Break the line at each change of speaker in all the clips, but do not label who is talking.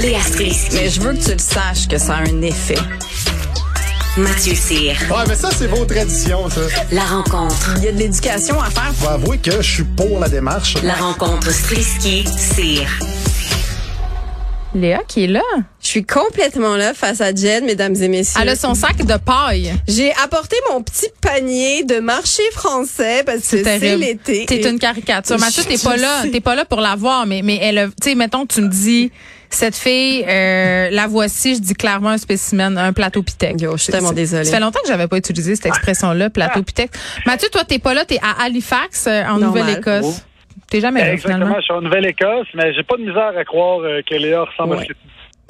Léa Strisky,
Mais je veux que tu le saches que ça a un effet.
Mathieu Cyr.
Ouais, mais ça, c'est vos traditions, ça.
La rencontre.
Il y a de l'éducation à faire.
Faut avouer que je suis pour la démarche.
La rencontre Strisky-Cyr.
Léa qui est là.
Je suis complètement là face à Jen, mesdames et messieurs.
Elle a son sac de paille.
J'ai apporté mon petit panier de marché français parce que c'est
Terrible.
l'été.
T'es
Et-
une caricature. Mathieu,
Je-
t'es
je
pas là.
sais.
T'es pas là pour la voir, mais, mais elle a- tu sais, mettons, tu me dis, cette fille, euh, la voici, je dis clairement un spécimen, un plateau pitec.
Yo, je suis tellement désolée.
Ça fait longtemps que j'avais pas utilisé cette expression-là, plateau pitec. Mathieu, toi, t'es pas là, t'es à Halifax, euh, en
Normal.
Nouvelle-Écosse. T'es jamais là, finalement.
Exactement, je suis en Nouvelle-Écosse, mais j'ai pas de misère à croire euh, que Léa ressemble
Ouais.
à ce que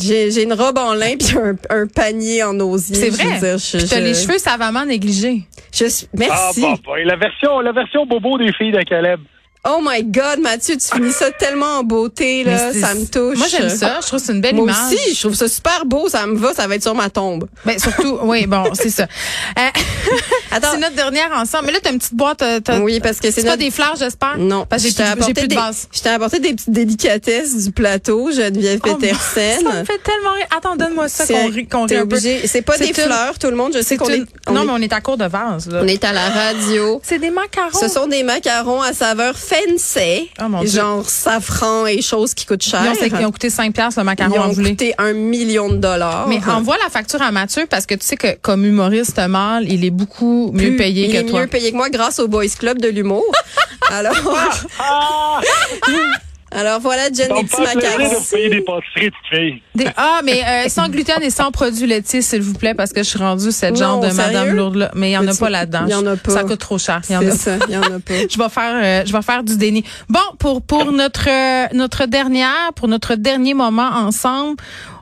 J'ai j'ai une robe en lin puis un, un panier en osier.
C'est
je veux
vrai.
dire, je-
Puis t'as
je-
les cheveux savamment négligés.
je suis-
Ah,
merci.
bah, bah, et la version, la version bobo des filles de Caleb.
Oh my God, Mathieu, tu finis ça tellement en beauté là,
Mais c'est-
ça me touche.
Moi, j'aime ça. Je trouve que c'est une belle
Moi
image.
aussi, je trouve ça super beau, ça me va, ça va être sur ma tombe.
Ben, surtout, oui, bon, c'est ça. Euh,
Attends.
c'est notre dernière ensemble. Mais là, t'as une petite boîte. euh, t'as-
Oui, parce que c'est
C'est pas
notre-
des fleurs, j'espère?
Non,
Parce que j'ai
je t'ai
plus, j'ai
apporté
plus de
des-
base.
Je t'ai apporté des petites délicatesses du plateau, Geneviève
Oh,
Petersen.
ça me fait tellement rire. Attends, donne-moi ça
C'est-
qu'on rit, qu'on
t'es
rit un peu.
obligé. C'est pas
C'est
des
une-
fleurs, tout le monde. Je sais
C'est
qu'on
une-
est, on
non,
est-
mais on est à court de vase, là.
on est à la radio.
C'est des macarons.
Ce sont des macarons à saveur fancy,
Oh, mon Dieu.
genre safran et choses qui coûtent cher.
Ils ont, c'est- ils ont coûté 5 piastres, le macaron
Ils ont
en gelée.
coûté un million de dollars.
Mais envoie la facture à Mathieu parce que tu sais que comme humoriste mâle, il est beaucoup mieux payé
Il
que
est
toi.
mieux payé que moi grâce au Boys Club de l'humour. Alors,
Ah!
alors voilà, Jen,
Ça
les
me
petits
fait plaisir de
macarons.
vous payer des pâtisseries, petites filles.
Des- ah, mais euh, sans gluten et sans produits laitiers, s'il vous plaît, parce que je suis rendue cette genre
Non,
de Madame
sérieux?
Lourde là. Mais il y en a
Petit-
pas là-dedans.
il y en a pas.
Ça coûte trop cher. Il y en a
C'est ça, il y en a pas.
Je vais faire, euh, je vais faire du déni. Bon, pour pour notre euh, notre dernière, pour notre dernier moment ensemble,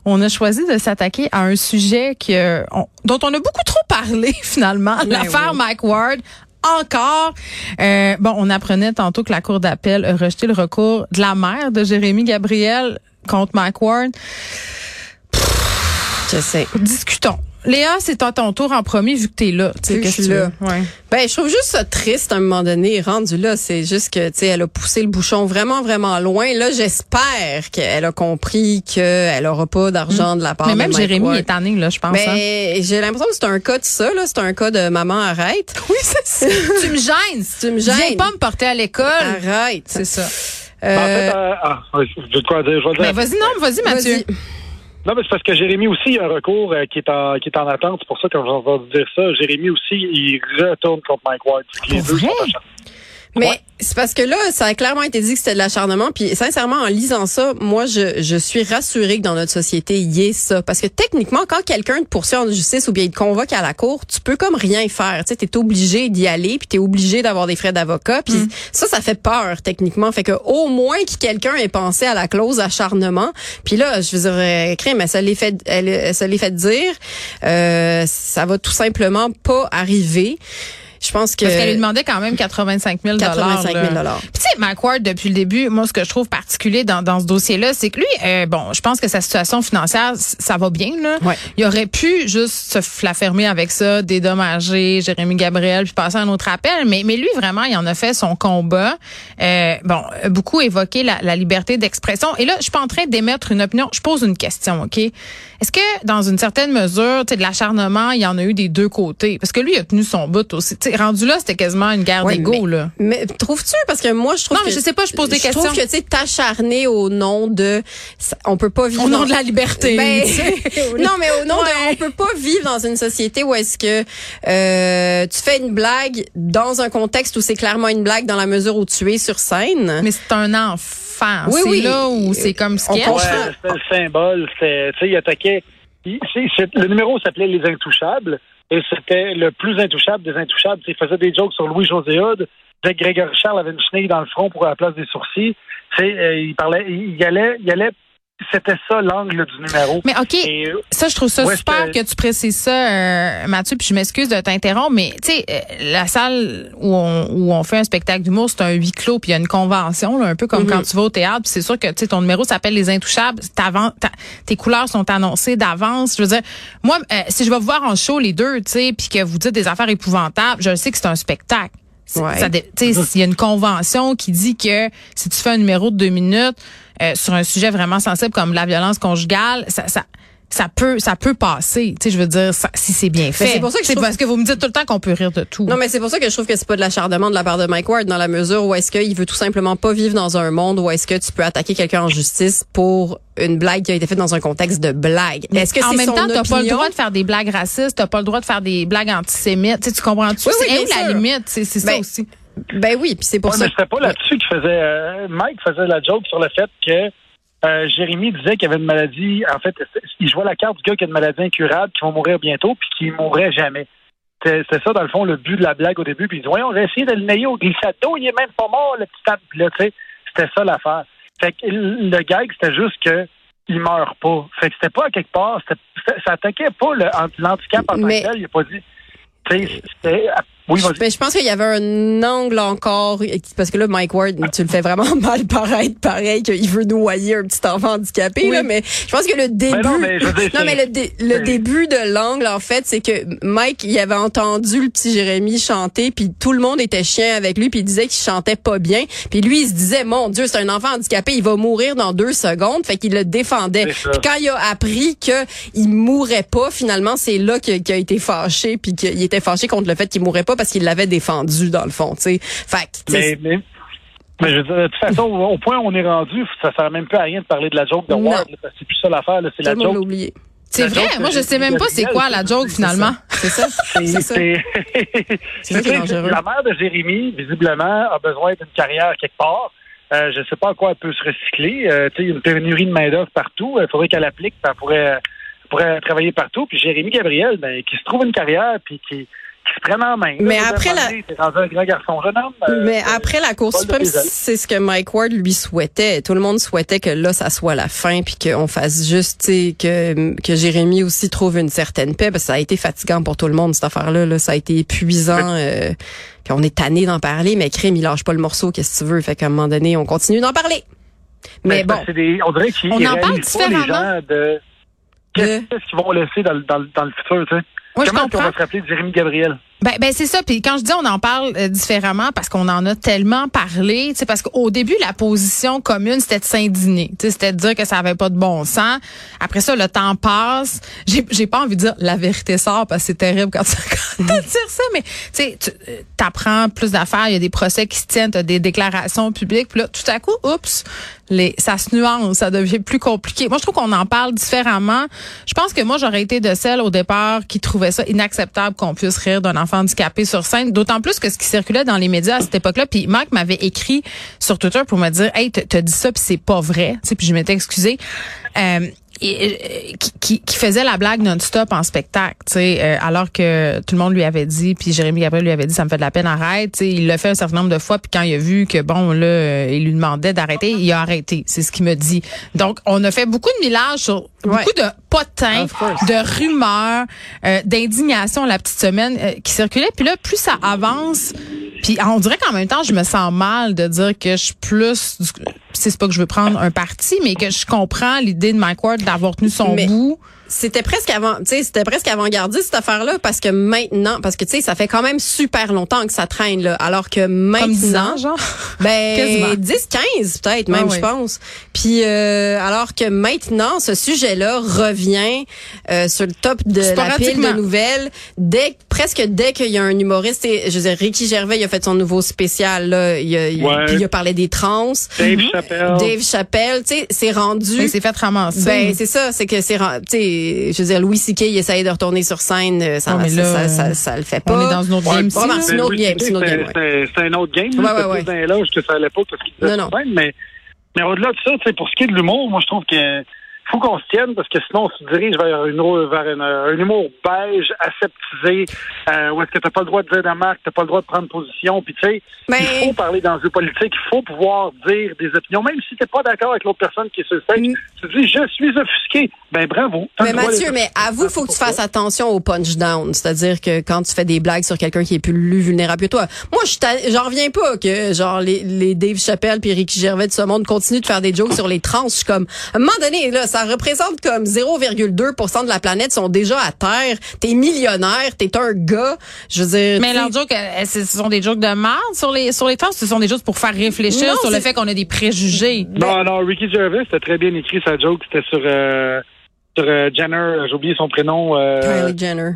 on a choisi de s'attaquer à un sujet que euh, on- dont on a beaucoup trop parlé finalement,
Ben
l'affaire Mike Ward. Encore, Euh, bon, on apprenait tantôt que la cour d'appel a rejeté le recours de la mère de Jérémy Gabriel contre Mike Ward.
Je sais.
Discutons. Léa, c'est à ton tour en premier vu que t'es là. Tu sais,
Vu que
qu'est-ce
je suis
tu
là.
veux? Ouais.
Ben, je trouve juste ça triste à un moment donné, rendu là. C'est juste que, tu sais, elle a poussé le bouchon vraiment, vraiment loin. Là, j'espère qu'elle a compris qu'elle aura pas d'argent de la part
Hmm. Mais
de
même
Mike
Jérémy
Ward. Ben,
est tanné là, je pense. hein.
Mais j'ai l'impression que c'est un cas de ça, là. C'est un cas de maman arrête.
Oui, c'est ça. tu me gênes.
Tu me gênes.
Viens pas me porter à l'école.
Arrête.
C'est ça.
Euh,
En fait, euh, ah, ouais, j'ai de quoi dire, je vais le
Mais
dire.
vas-y, non, vas-y, Mathieu.
vas-y.
Non, mais c'est parce que Jérémy aussi, il y a un recours euh, qui, est en, qui est en attente. C'est pour ça qu'on va vous dire ça. Jérémy aussi, il retourne contre Mike Ward. Les
Pour
deux
vrai?
sont en charge.
Mais
Ouais.
c'est parce que là, ça a clairement été dit que c'était de l'acharnement. Puis sincèrement, en lisant ça, moi, je, je suis rassurée que dans notre société, il y ait ça. Parce que techniquement, quand quelqu'un te poursuit en justice ou bien il te convoque à la cour, tu peux comme rien faire. Tu sais, t'es obligé d'y aller, puis t'es obligé d'avoir des frais d'avocat.
Mm.
Puis ça, ça fait peur techniquement. Fait que au moins que quelqu'un ait pensé à la clause acharnement. Puis là, je veux dire, euh, crime, elle se l'est fait, elle, elle se l'est fait dire. Euh, ça va tout simplement pas arriver. Je pense que
Parce qu'elle lui demandait quand même 85 000
85 000
là. Puis tu sais, Mike Ward, depuis le début, moi, ce que je trouve particulier dans, dans ce dossier-là, c'est que lui, euh, bon, je pense que sa situation financière, c- ça va bien, là.
Ouais.
Il aurait pu juste se f- la fermer avec ça, dédommager Jérémy Gabriel, puis passer à un autre appel. Mais, mais lui, vraiment, il en a fait son combat. Euh, bon, beaucoup évoqué la, la liberté d'expression. Et là, je suis pas en train d'émettre une opinion. Je pose une question, OK? Est-ce que, dans une certaine mesure, tu sais, de l'acharnement, il y en a eu des deux côtés? Parce que lui, il a tenu son bout aussi. Tu sais, rendu là, c'était quasiment une guerre
Ouais,
d'égo, là.
Mais trouves-tu parce que moi je trouve
Non, mais
que-
je sais pas, je pose des
Je
questions.
trouve que tu sais t'acharner au nom de ça- on peut pas vivre
Au nom
dans-
de la liberté.
Ben,
tu sais.
non mais au nom de
Ouais.
on peut pas vivre dans une société où est-ce que euh, tu fais une blague dans un contexte où c'est clairement une blague dans la mesure où tu es sur scène.
Mais c'est un enfant.
Oui,
c'est
oui.
là où c'est comme ce
On
qu'il y a.
comprend.
Ouais, c'était le symbole. c'était- Tu sais, il attaquait. il- c'est- c'est- le numéro s'appelait Les Intouchables et c'était le plus intouchable des intouchables. Tu sais, Il faisait des jokes sur Louis-José Hood. Il disait que Grégory Charles avait une chenille dans le front pour à la place des sourcils. Tu sais, euh, il parlait, il, il allait, il allait. C'était ça l'angle du numéro.
Mais OK,
Et, euh,
ça, je trouve ça
Ouais,
super que
c'est-
tu précises ça, euh, Mathieu, puis je m'excuse de t'interrompre, mais tu sais, euh, la salle où on, où on fait un spectacle d'humour, c'est un huis clos, puis il y a une convention, là, un peu comme quand tu vas au théâtre, puis c'est sûr que tu sais, ton numéro s'appelle Les Intouchables, t'avan- ta- tes couleurs sont annoncées d'avance. Je veux dire, moi, euh, si je vais vous voir en show les deux, tu sais, puis que vous dites des affaires épouvantables, je le sais que c'est un spectacle. C'est-
Ouais.
ça dé- tu sais, S'il y a une convention qui dit que si tu fais un numéro de deux minutes euh, sur un sujet vraiment sensible comme la violence conjugale, ça, ça, ça peut, ça peut passer. Tu sais, je veux dire, ça- si c'est bien fait.
c'est pour ça que je
C'est
trouve-
parce que vous me dites tout le temps qu'on peut rire de tout.
Non, mais c'est pour ça que je trouve que c'est pas de l'acharnement de la part de Mike Ward dans la mesure où est-ce qu'il veut tout simplement pas vivre dans un monde où est-ce que tu peux attaquer quelqu'un en justice pour une blague qui a été faite dans un contexte de blague. Est-ce que
en
c'est
même
son
temps, t'as pas le
opinion?
droit de faire des blagues racistes, t'as pas le droit de faire des blagues antisémites. Tu sais, tu comprends-tu?
Oui, oui,
c'est où
bien
la
sûr.
limite? C'est c'est ça
Ben,
aussi.
Ben oui, puis c'est pour
Ouais,
ça.
mais c'était pas là-dessus qu'il faisait. euh, Mike faisait la joke sur le fait que euh, Jérémy disait qu'il avait une maladie. En fait, c'est- il jouait la carte du gars qui a une maladie incurable, qui va mourir bientôt, puis qui mourrait jamais. C'est c'est ça, dans le fond, le but de la blague au début. Puis il dit Voyons, on va essayer de le nailler au glissade d'eau, il est même pas mort, le petit âne. Puis là, tu sais, c'était ça l'affaire. Fait que le gag, c'était juste que. Il meurt pas. Fait que c'était pas à quelque part, c'était- c'était- ça attaquait pas le- l'handicap en tant
Mais-
que tel. Il a pas dit. Tu sais, c'était. ah, Oui, vas-y.
Mais Ben, je pense qu'il y avait un angle encore, parce que là, Mike Ward, tu le fais vraiment mal paraître, pareil, qu'il veut noyer un petit enfant handicapé, là, mais je pense que le début,
Ben non, mais je veux dire,
Non,
c'est-
mais le, dé- le
c'est-
début de l'angle, en fait, c'est que Mike, il avait entendu le petit Jérémy chanter, puis tout le monde était chien avec lui, puis il disait qu'il chantait pas bien, puis lui, il se disait, mon Dieu, c'est un enfant handicapé, il va mourir dans deux secondes, fait qu'il le défendait.
C'est ça.
Puis quand il a appris que il mourrait pas, finalement, c'est là que- qu'il a été fâché, puis qu'il était fâché contre le fait qu'il mourrait pas parce qu'il l'avait défendu dans le fond, tu sais. Fait que, tu sais,
Mais, mais, mais je veux dire, de toute façon, au point où on est rendu, ça sert même plus à rien de parler de la joke de
Non.
Ward, là, parce que c'est plus ça l'affaire, là, c'est
tout
la
le monde l'a
joke.
oublié.
C'est
la
vrai.
joke,
Moi, je
c'est-
sais même pas c'est quoi la joke finalement.
euh, C'est ça. C'est ça.
C'est
C'est ça qui est
c'est-
dangereux.
La mère de Jérémy, visiblement, a besoin d'une carrière quelque part. Euh, je ne sais pas à quoi elle peut se recycler. Euh, tu sais, il y a une pénurie de main-d'œuvre partout. Il faudrait qu'elle applique, puis elle pourrait, elle pourrait travailler partout. Puis Jérémy Gabriel, ben, qui se trouve une carrière, puis qui, qui se prenne en main.
Mais
Là,
après
je veux dire,
la-
T'es rendu un grand garçon, jeune homme. euh,
Mais
euh,
après la Cour
Paul
suprême,
Desjardins.
c'est ce que Mike Ward lui souhaitait. Tout le monde souhaitait que là, ça soit la fin, puis qu'on fasse juste, tu sais, que que Jérémy aussi trouve une certaine paix. Parce que ça a été fatigant pour tout le monde cette affaire-là. Là. Ça a été épuisant. euh, puis on est tanné d'en parler, mais crime, il lâche pas le morceau. Qu'est-ce que tu veux Fait qu'à un moment donné, on continue d'en parler. Mais
Ben,
bon,
c'est des- on dirait qu'ils
On en parle
réalisent pas les
différemment.
gens de qu'est-ce qu'est-ce qu'ils vont laisser dans, le- dans, le- dans le futur, tu sais.
Moi, je
Comment est-ce qu'on
comprends.
va se rappeler de Jérémy Gabriel?
Ben, ben c'est ça. Puis quand je dis on en parle euh, différemment parce qu'on en a tellement parlé, tu sais, parce qu'au début la position commune c'était de s'indigner, tu sais, c'était de dire que ça avait pas de bon sens. Après ça, le temps passe. J'ai, j'ai pas envie de dire la vérité sort parce que c'est terrible quand tu quand tu dire ça, mais tu sais, tu euh, t'apprends plus d'affaires. Il y a des procès qui se tiennent, t'as des déclarations publiques. Puis là, tout à coup, oups, les, ça se nuance, ça devient plus compliqué. Moi, je trouve qu'on en parle différemment. Je pense que moi, j'aurais été de celle au départ qui trouvait ça inacceptable qu'on puisse rire d'un enfant handicapé sur scène. D'autant plus que ce qui circulait dans les médias à cette époque-là, puis Marc m'avait écrit sur Twitter pour me dire, hey, t'as- t'as dit ça, puis c'est pas vrai. Tu sais, puis je m'étais excusée. Euh, et, euh, qui, qui- qui faisait la blague non-stop en spectacle, tu sais, euh, alors que tout le monde lui avait dit, puis Jérémy Gabriel lui avait dit, ça me fait de la peine, arrête. Tu sais, il l'a fait un certain nombre de fois, puis quand il a vu que bon, là, euh, il lui demandait d'arrêter, il a arrêté. C'est ce qu'il me dit. Donc, on a fait beaucoup de millages sur beaucoup de potins, de rumeurs, euh, d'indignation la petite semaine euh, qui circulait. Puis là, plus ça avance, puis ah, on dirait qu'en même temps, je me sens mal de dire que je suis plus. du- C'est pas que je veux prendre un parti, mais que je comprends l'idée de Mike Ward d'avoir tenu son
Mais-
bout.
c'était presque avant tu sais c'était presque avant-gardiste cette affaire là parce que maintenant parce que tu sais ça fait quand même super longtemps que ça traîne là alors que maintenant
Comme 10 ans, genre.
Ben,
Quasiment.
10, 15 peut-être même,
Ah oui.
je pense. Puis, euh, alors que maintenant, ce sujet-là revient euh, sur le top de la pile
Sporadiquement.
de nouvelles, dès, presque dès qu'il y a un humoriste, et, je veux dire, Ricky Gervais, il a fait son nouveau spécial, là, il, a, il-
Ouais.
puis il a parlé des trans.
Dave
Mhm.
Chappelle.
Dave Chappelle, tu sais, c'est rendu...
Il s'est fait ramasser.
Ben c'est ça, c'est que c'est ra- tu sais, je veux dire Louis C.K. il essayait de retourner sur scène, euh, ça,
Non, Ah, mais
ça,
là,
ça, ça, ça le fait pas.
on est dans une autre game. ici,
vraiment,
là.
c'est une
Ben
autre game, c'est une autre game, ouais.
C'est c'est un autre game.
Ouais,
là,
ouais,
c'est
ouais.
plus un éloge que ça allait pas parce qu'il disait
Non, non.
tout de même, Mais, mais au-delà de ça, tu sais, pour ce qui est de l'humour, moi, je trouve que faut qu'on se tienne parce que sinon, on se dirige vers, une, vers une- un humour beige, aseptisé, euh, où est-ce que t'as pas le droit de dire la marque, t'as pas le droit de prendre position. Puis, tu sais, il
Ben,
faut parler d'enjeux politiques, il faut pouvoir dire des opinions, même si t'es pas d'accord avec l'autre personne qui est sur le stage.
Mm.
Tu dis, je suis offusqué. Ben, bravo. T'as
Mais
le droit
Mathieu,
d'être
mais avoue, faut que tu fasses attention au punch down. C'est-à-dire que quand tu fais des blagues sur quelqu'un qui est plus vulnérable que toi. Moi, je suis tannée- j'en reviens pas que, genre, les, les Dave Chappelle puis Ricky Gervais de ce monde continuent de faire des jokes sur les trans. Je suis comme, à un moment donné, là, ça représente comme 0,2 de la planète sont déjà à terre. T'es millionnaire, t'es un gars. Je veux dire.
Mais
tu sais,
leurs jokes, euh, ce sont des jokes de merde sur les sur les temps, ce sont des jokes pour faire réfléchir
Non,
sur le
c'est-
fait qu'on a des préjugés.
Non, non, Ricky Gervais, c'était très bien écrit, sa joke. C'était sur, euh, sur euh, Jenner, euh, j'ai oublié son prénom. euh,
Kylie Jenner.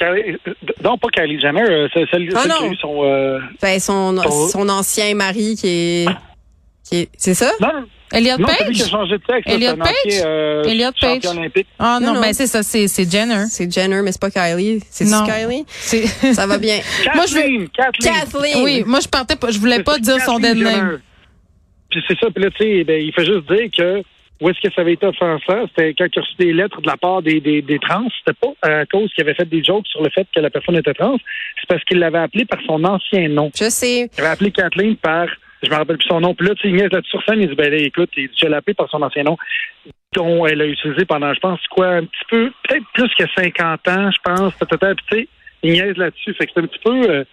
Kylie- euh, non, pas Kylie Jenner, euh, celle, celle,
Ah
celle qui
non.
a eu son... euh,
Ben, son,
Oh.
son ancien mari qui est. Qui est c'est ça?
non, non,
Elliot
non, celui qui a
Page?
changé de sexe. là,
Elliot
c'est un ancien,
Page?
euh,
Elliot
champion
Page.
olympique.
Ah non,
Non, non.
ben c'est ça, c'est c'est Jenner.
C'est Jenner, mais c'est pas Kylie. C'est-tu
Hein? Non.
Kylie?
C'est-
Ça va bien.
Moi, je veux-
Kathleen, Kathleen.
Kathleen!
Eh oui, moi je partais pas, je voulais pas
C'est
dire son dead
Kathleen
name.
Jenner. Puis c'est ça, puis là, tu sais, ben, il fait juste dire que où est-ce que ça avait été offensant, c'était quand il a reçu des lettres de la part des, des, des trans, c'était pas euh, à cause qu'il avait fait des jokes sur le fait que la personne était trans, c'est parce qu'il l'avait appelé par son ancien nom.
Je sais.
Il avait appelé Kathleen par, je me rappelle plus son nom, puis là, tu sais, il niaise là-dessus sur scène, il dit, ben là, écoute, il dit, je l'ai appelé par son ancien nom, dont elle a utilisé pendant, je pense, quoi, un petit peu, peut-être plus que 50 ans, je pense, peut-être, puis tu sais, il niaise là-dessus, fait que c'est un petit peu, euh,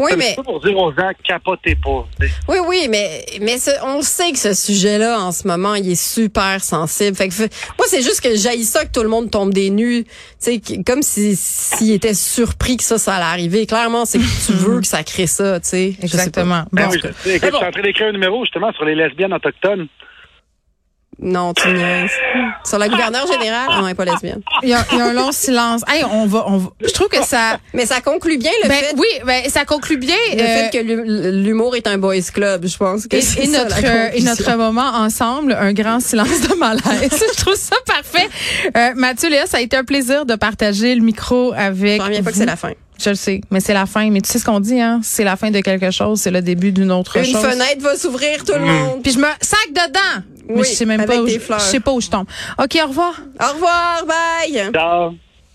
Oui,
c'est un
mais.
petit peu pour dire aux gens, capotez pas. tu sais.
Oui, oui, mais mais ce- on sait que ce sujet-là en ce moment, il est super sensible. Fait que fait- moi, c'est juste que j'haïs ça que tout le monde tombe des nues, tu sais, que- comme si s'il était surpris que ça, ça allait arriver. Clairement, c'est que tu veux que ça crée ça, tu sais. Je sais pas.
Exactement.
Ben
Bon.
oui, je sais.
bon.
Écoute, je suis en train d'écrire un numéro justement sur les lesbiennes autochtones.
Non, tu niaises. Sur la gouverneure générale, non, elle est pas lesbienne.
Il y, a, il y a un long silence. Hey, on va, on va- Je trouve que ça.
Mais ça conclut bien le
Ben
fait.
oui, ben ça conclut bien.
Le
euh,
fait que l'hu- l'humour est un boys club, je pense que
Et,
c'est
et
ça,
notre,
la
euh, et
conclusion.
notre moment ensemble, un grand silence de malaise. Je trouve ça parfait. Euh, Mathieu, Léa, ça a été un plaisir de partager le micro avec.
Je reviens pas que
vous.
c'est la fin.
Je le sais, mais c'est la fin. Mais tu sais ce qu'on dit, hein? C'est la fin de quelque chose, c'est le début d'une autre
Une
chose.
fenêtre va s'ouvrir, tout le monde.
Puis je me sac dedans. mais
Oui,
je sais même
avec
pas où
des
je,
fleurs.
je sais pas où je tombe. OK, au revoir.
Au revoir, bye.
Ciao.